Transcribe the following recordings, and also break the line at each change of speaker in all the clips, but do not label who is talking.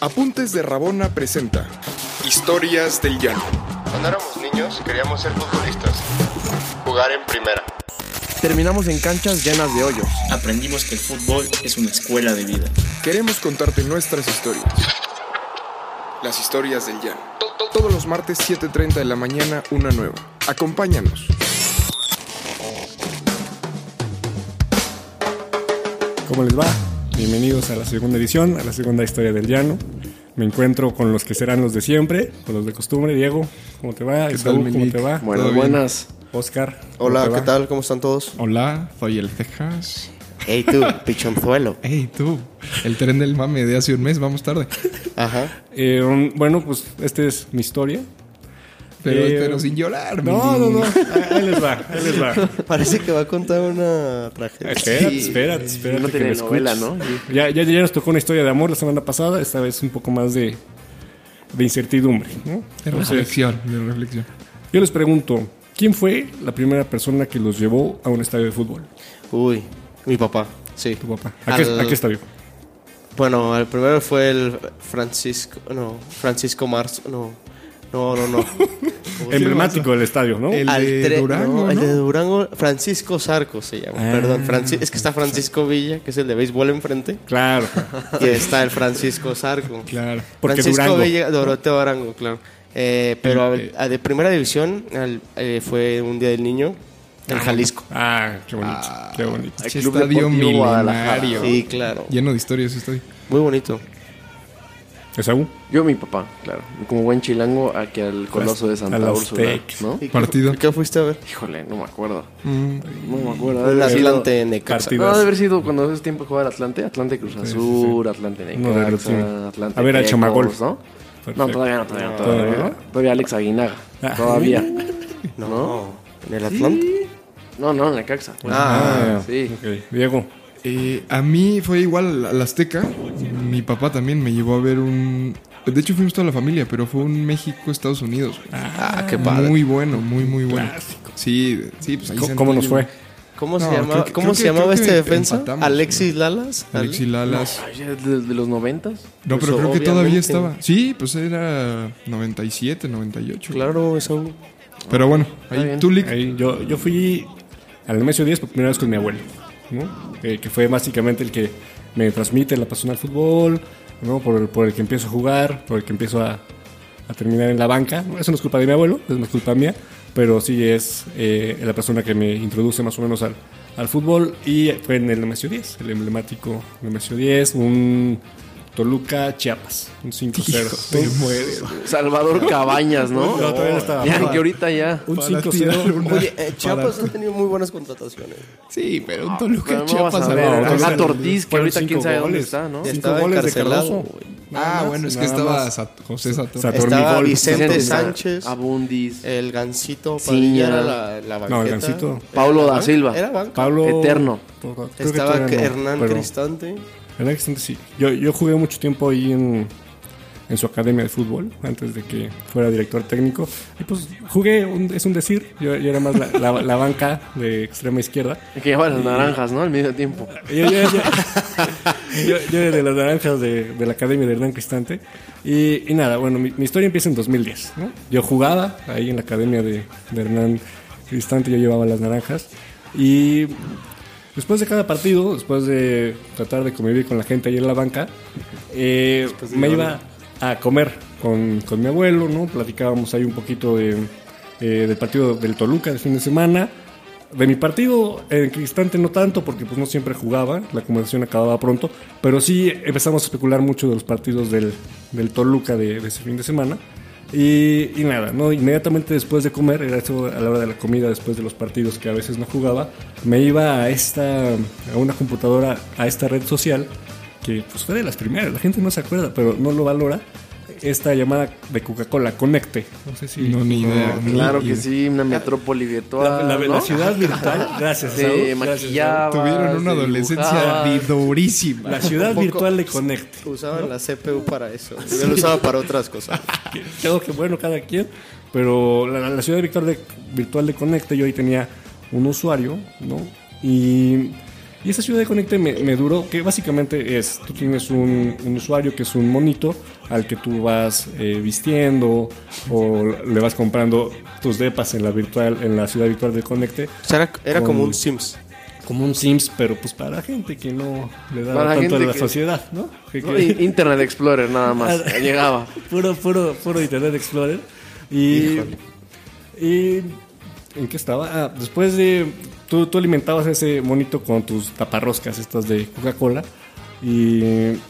Apuntes de Rabona presenta Historias del Llano.
Cuando éramos niños queríamos ser futbolistas, jugar en primera.
Terminamos en canchas llenas de hoyos.
Aprendimos que el fútbol es una escuela de vida.
Queremos contarte nuestras historias. Las historias del Llano. Todos los martes 7.30 de la mañana, una nueva. Acompáñanos.
¿Cómo les va? Bienvenidos a la segunda edición, a la segunda historia del llano. Me encuentro con los que serán los de siempre, con los de costumbre. Diego, ¿cómo te va? Esaú, ¿cómo te va?
Buenas, buenas.
Oscar. ¿cómo
Hola,
te
¿qué
va?
tal? ¿Cómo están todos?
Hola, soy el Texas.
Hey tú, pichonzuelo.
Hey, tú. El tren del mame de hace un mes, vamos tarde.
Ajá.
Eh, un- bueno, pues esta es mi historia.
Pero,
Eh,
pero sin llorar.
No,
mi-
no, no. Ahí ahí les va, ahí les va.
Parece que va a contar una tragedia.
Espérate, espérate, espérate.
Una
que me
telenovela,
escuches.
¿no?
Ya, ya, ya nos tocó una historia de amor la semana pasada. Esta vez un poco más de, de incertidumbre, ¿no?
De reflexión, de reflexión.
Yo les pregunto, ¿quién fue la primera persona que los llevó a un estadio de fútbol?
Uy, mi papá. Sí.
Tu papá. ¿A, qué,
Al-
a qué estadio?
Bueno, el primero fue el Francisco. No, Francisco Marzo. No, no, no. no.
Emblemático del estadio, ¿no?
El
Al
de
tre-
Durango,
no, El
¿no?
de Durango, Francisco Zarco se llama. Perdón, Franci- es que está Francisco Villa, que es el de béisbol enfrente.
Claro,
Y está el Francisco Zarco.
Claro.
porque
Francisco
Durango.
Villa- Doroteo Arango, claro. Eh, pero a-
Eh.
a de primera división al- eh, fue un día del niño en Jalisco.
Ah, qué bonito, qué bonito.
Che, Este
Club
estadio
Deportivo Guadalajara.
milenario.
Sí, claro.
Lleno de historias ese estadio.
Muy bonito.
¿Esaú?
Yo mi papá, claro. Como buen chilango, aquí al coloso de
Pues, A
Santa
los
Úrsula,
Tecs.
¿no?
Partido.
¿Qué fuiste a ver?
Híjole, no me acuerdo.
Mm.
No me acuerdo. Ha de
El
haber sido-
Atlante en Necaxa.
Partido.
No,
Partidas.
ha de haber sido cuando esos tiempos jugaba el Atlante, Atlante Cruz Azul, Atlante
No, de
Necaxa,
Atlante.
Atlante
A ver, al
Tecos,
Chamagol.
¿no?
Perfecto.
No, todavía no, todavía no.
¿Todavía
Todavía,
no?
todavía Alex Aguinaga.
Ah.
Todavía.
No. ¿En el Atlante?
No, no, Necaxa.
Ah.
sí.
Ok, Diego.
Eh, a mí fue igual al Azteca. Mi papá también me llevó a ver un. De hecho, fuimos toda la familia, pero fue un México-Estados Unidos. güey.
Ah, qué padre.
Muy bueno, muy, muy bueno. Sí, sí, pues ahí
¿Cómo,
senté
cómo nos
yo.
fue?
¿Cómo se
No,
llamaba,
creo que-
¿cómo
creo
se
que-
llamaba
creo
este
que
defensa?
empatamos,
Alexis Lalas.
Alexi Lalas.
Ay, ¿De, de los noventas?
No, pero
Pues,
creo que todavía
obviamente.
estaba. Sí, pues era 97, 98.
Claro, eso.
Pero bueno, ahí
bien.
tú, Lick.
Ahí, yo, yo fui al Nemesio 10 por primera vez con mi abuelo, ¿no? Eh, que fue básicamente el que me transmite la pasión al fútbol, ¿no? Por, por el que empiezo a jugar, por el que empiezo a, a terminar en la banca. ¿no? Eso no es culpa de mi abuelo, eso no es culpa mía, pero sí es eh, la persona que me introduce más o menos al, al fútbol y fue en el Nemesio 10, el emblemático Nemesio 10, un Toluca Chiapas, un 5-0. Te mueres.
Salvador Cabañas, ¿no?
No, todavía no estaba.
Ya, que ahorita ya.
Un
Para
5-0.
tirar una-
Oye, eh, Chiapas ha tenido muy buenas contrataciones.
Sí, pero un
Pero
Toluca
no vas
Chiapas
a
a
ver.
la-
Ahora,
Gato
ahora,
Ortiz, que
fueron
ahorita quién
cinco
sabe dónde
goles.
está, ¿no?
Cinco
Estaba
goles de
encarcelado,
Cardoso.
güey.
Ah, bueno, es que
nada
estaba
más.
Sat- José Sator.
Sator.
Ah,
Estaba
Hormigol,
Vicente
Vicente
Sánchez,
Abundis.
el Gancito
Sí,
Padilla era
ya.
la, la banqueta.
No, el Gancito.
Paulo da Silva.
Era banca.
Pablo
Eterno.
Creo que
Estaba
todavía no,
Hernán
pero-
Cristante.
Hernán Cristante sí. Yo, yo jugué mucho tiempo ahí en, en su academia de fútbol, antes de que fuera director técnico. Y pues jugué, un- es un decir, yo, yo era más la, la- la banca de extrema izquierda.
El que llevaba las naranjas, ¿no? Al medio tiempo.
Yo, yo- yo- yo- yo era de las naranjas de, de la academia de Hernán Cristante. Y, y nada, bueno, mi, mi historia empieza en 2010. ¿no? Yo jugaba ahí en la academia de, de Hernán Cristante, yo llevaba las naranjas. Y después de cada partido, después de tratar de convivir con la gente ahí en la banca, eh, me iba a comer con, con mi abuelo, ¿no? Platicábamos ahí un poquito de, eh, del partido del Toluca del fin de semana. De mi partido, en Cristante no tanto, porque pues no siempre jugaba, la conversación acababa pronto, pero sí empezamos a especular mucho de los partidos del, del Toluca de, de ese fin de semana. Y, y nada, ¿no? inmediatamente después de comer, era eso a la hora de la comida, después de los partidos que a veces no jugaba, me iba a esta, a una computadora, a esta red social, que pues fue de las primeras, la gente no se acuerda, pero no lo valora, esta llamada de Coca-Cola, Conecte. No sé si...
No, ni idea. ni
Claro que
idea.
sí, una metrópoli
La,
virtual.
la- la
¿no?
ciudad virtual, gracias. Saúl,
Se
gracias,
maquillaba.
Tuvieron una adolescencia vidorísima.
La ciudad virtual de Connect.
Usaban la CPU para eso. Yo lo usaba para otras cosas.
Creo que bueno, cada quien. Pero la, la ciudad virtual de, virtual de Connect, yo ahí tenía un usuario, ¿no? Y Y esa ciudad de Conecte me, me duró, que básicamente es, tú tienes un, un usuario que es un monito al que tú vas eh, vistiendo o le vas comprando tus depas en la virtual, en la ciudad virtual de Conecte,
O sea, era, era
Con-
como un Sims.
como un Sims, pero pues para gente que no le da
Para
tanto a
gente
la
que-
sociedad, ¿no? Que-
No,
que-
i- Internet Explorer nada más.
Ah,
Llegaba.
puro, puro, puro Internet Explorer. Y, y- ¿En qué estaba? Ah, después de... Tú, tú alimentabas ese monito con tus taparroscas estas de Coca-Cola y,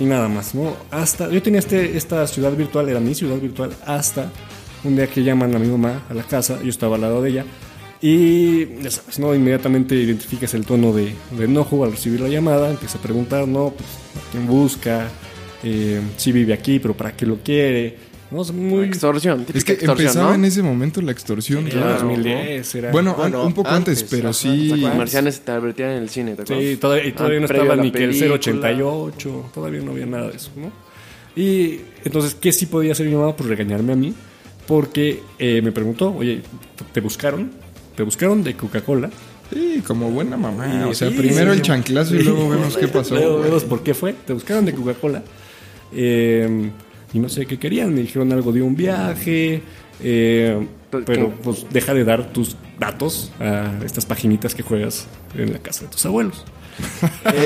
y nada más, ¿no? Hasta... Yo tenía este, esta ciudad virtual, era mi ciudad virtual, hasta un día que llaman a mi mamá a la casa, yo estaba al lado de ella y ya sabes, ¿no? Inmediatamente identificas el tono de, de enojo al recibir la llamada, empiezas a preguntar, ¿no? Pues, ¿a ¿Quién busca? Eh, sí vive aquí, pero ¿para qué lo quiere? No, es muy...
Extorsión.
Es
típica
que
extorsión,
empezaba
¿no?
en ese momento la extorsión.
Era
claro.
2010 era-
Bueno, an-
Bueno,
un poco antes,
antes,
pero
ajá,
sí.
Los comerciales te advertían en el cine, ¿te acuerdas?
Sí, todavía, y todavía
Ah,
no
previo
estaba
a la
ni que el
película.
088, todavía no había nada de eso, ¿no? Y entonces, ¿qué sí podía hacer mi mamá? Pues regañarme a mí, porque eh, me preguntó, oye, ¿te buscaron? ¿Te buscaron de Coca-Cola?
Sí, como buena mamá.
Sí,
O sea,
Ah, sí,
primero
sí.
el chanclazo y luego vemos qué pasó.
Luego
güey.
vemos por qué fue. Te buscaron de Coca-Cola. Eh, y no sé qué querían. Me dijeron algo de un viaje. eh,
Pero-
pero
¿qué?
pues deja de dar tus datos a estas paginitas que juegas en la casa de tus abuelos.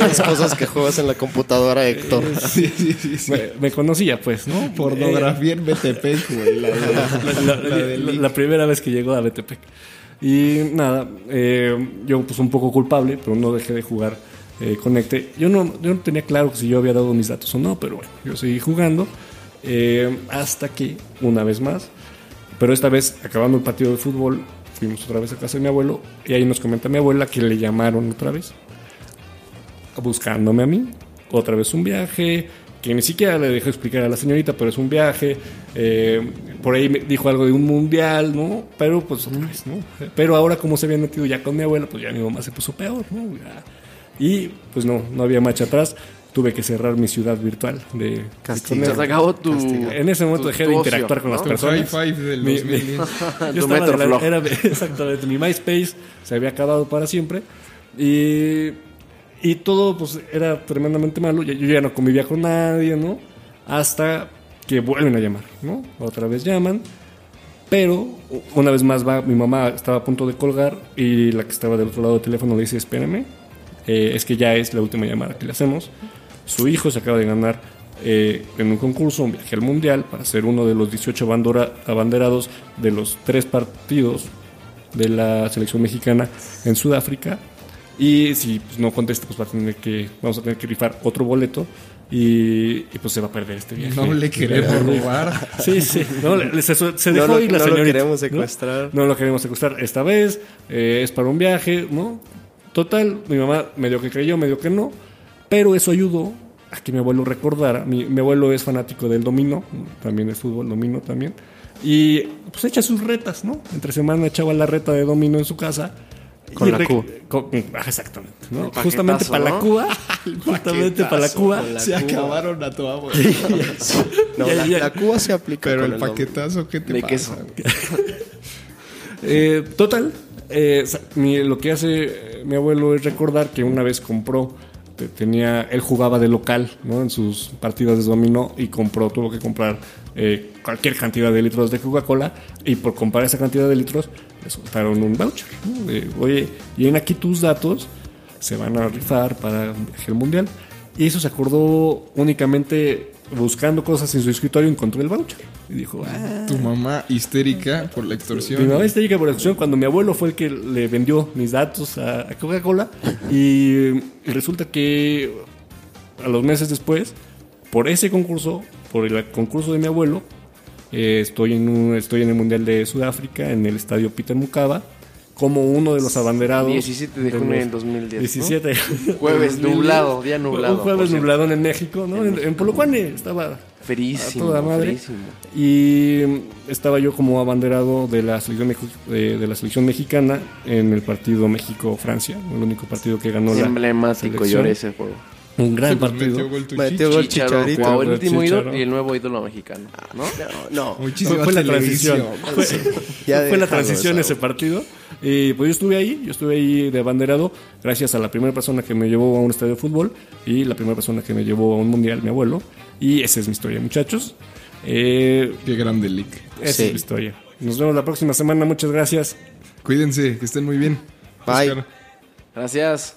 Esas cosas que juegas en la computadora, Héctor.
Sí, sí, sí. sí.
Me, me conocía, pues, ¿no?
Pornografía en BTP, güey. la de-
la, la- la- la primera vez que llegó a Betepec. Y nada, eh, yo pues un poco culpable, pero no dejé de jugar eh, Conecte. Yo no, yo no tenía claro si yo había dado mis datos o no, pero bueno, yo seguí jugando eh, hasta que, una vez más, pero esta vez acabando el partido de fútbol, fuimos otra vez a casa de mi abuelo y ahí nos comenta mi abuela que le llamaron otra vez buscándome a mí. Otra vez un viaje, que ni siquiera le dejé explicar a la señorita, pero es un viaje. Eh, por ahí me dijo algo de un mundial, ¿no? Pero pues otra vez, ¿no? Pero ahora como se había metido ya con mi abuela, pues ya mi mamá se puso peor, ¿no? Ya. Y pues no, no había marcha atrás. Tuve que cerrar mi ciudad virtual de...
Castigado.
de
Se acabó tu.
en ese momento
tu-
dejé
tu
de
ocio,
interactuar con
¿no?
las
High
personas.
five del
Mi-
2010.
Yo
Tu
estaba de la-
Metroflog.
era, exactamente, mi MySpace se había acabado para siempre. Y, y todo pues era tremendamente malo. Ya- Yo ya no convivía con nadie, ¿no? Hasta que vuelven a llamar, ¿no? Otra vez llaman. Pero u- una vez más va, mi mamá estaba a punto de colgar y la que estaba del otro lado del teléfono le dice, espérame, eh, es que ya es la última llamada que le hacemos. Su hijo se acaba de ganar eh, en un concurso un viaje al mundial para ser uno de los 18 bandora- abanderados de los tres partidos de la selección mexicana en Sudáfrica. Y si pues, no contesta, pues va a tener que, vamos a tener que rifar otro boleto y, y, pues se va a perder este viaje.
No le queremos robar.
Sí, sí. No, le- le- se, se
No
dejó
lo-
ir la
no lo
señorita.
queremos secuestrar.
¿no? No lo queremos secuestrar esta vez. eh, es para un viaje, ¿no? Total, mi mamá medio que creyó, medio que no. Pero eso ayudó a que mi abuelo recordara. Mi, mi abuelo es fanático del dominó, también del fútbol, dominó también. Y pues echa sus retas, ¿no? Entre semana echaba la reta de dominó en su casa.
Con
Y
la
re-
cuba.
con- ah, exactamente, ¿no?
paquetazo,
Justamente para la
¿no?
Cuba. Justamente para la Cuba.
Se acabaron a tu abuelo.
No,
Ya,
la,
ya.
la Cuba se aplica
Pero
con
el
nombre.
paquetazo, ¿qué te
De
pasa?
queso.
güey?
Eh, total, eh, sa- mi- lo que hace eh, mi abuelo es recordar que una vez compró, te- tenía, él jugaba de local, ¿no? En sus partidas de dominó y compró, tuvo que comprar eh, cualquier cantidad de litros de Coca-Cola y por comprar esa cantidad de litros le soltaron un voucher, ¿no? De, Oye, llena aquí tus datos, se van a rifar para un viaje al mundial. Y eso se acordó únicamente buscando cosas en su escritorio, encontró el voucher y dijo, ah,
Tu mamá histérica por la extorsión.
mi mamá está llega por extorsión cuando mi abuelo fue el que le vendió mis datos a, a Coca-Cola y resulta que a los meses después, por ese concurso, por el concurso de mi abuelo, eh, estoy, en un- estoy en el Mundial de Sudáfrica, en el estadio Peter Mukaba, como uno de los abanderados.
17 de junio
los-
del 2010, ¿no?
17 de junio del
Jueves
2010.
nublado, día nublado,
Un jueves
por cierto.
nubladón en México, ¿no? En, en Polokwane estaba
Ferísimo.
a toda madre.
ferísimo.
Y mm, estaba yo como abanderado de la selección, mex- de, de la selección mexicana en el partido México-Francia, el único partido que ganó la
Emblemático,
selección.
lloré ese juego.
Un gran
Sí, pues,
partido.
metió gol tu
Metió
chichi.
gol
Chicharo,
Chicharito.
wow, el
güey,
último
Chicharo.
ídolo y el nuevo ídolo mexicano, ¿no?
No, no.
Fue,
Muchísima
fue la transición.
televisión.
Fue,
Ya
fue la
déjalo,
transición
Saúl.
ese partido. Y pues yo estuve ahí, yo estuve ahí de abanderado gracias a la primera persona que me llevó a un estadio de fútbol y la primera persona que me llevó a un mundial, mi abuelo. Y esa es mi historia, muchachos. Eh,
Qué grande leak.
esa
Sí.
es mi historia. Nos vemos la próxima semana, muchas gracias.
Cuídense, que estén muy bien.
Bye.
Oscar.
Gracias.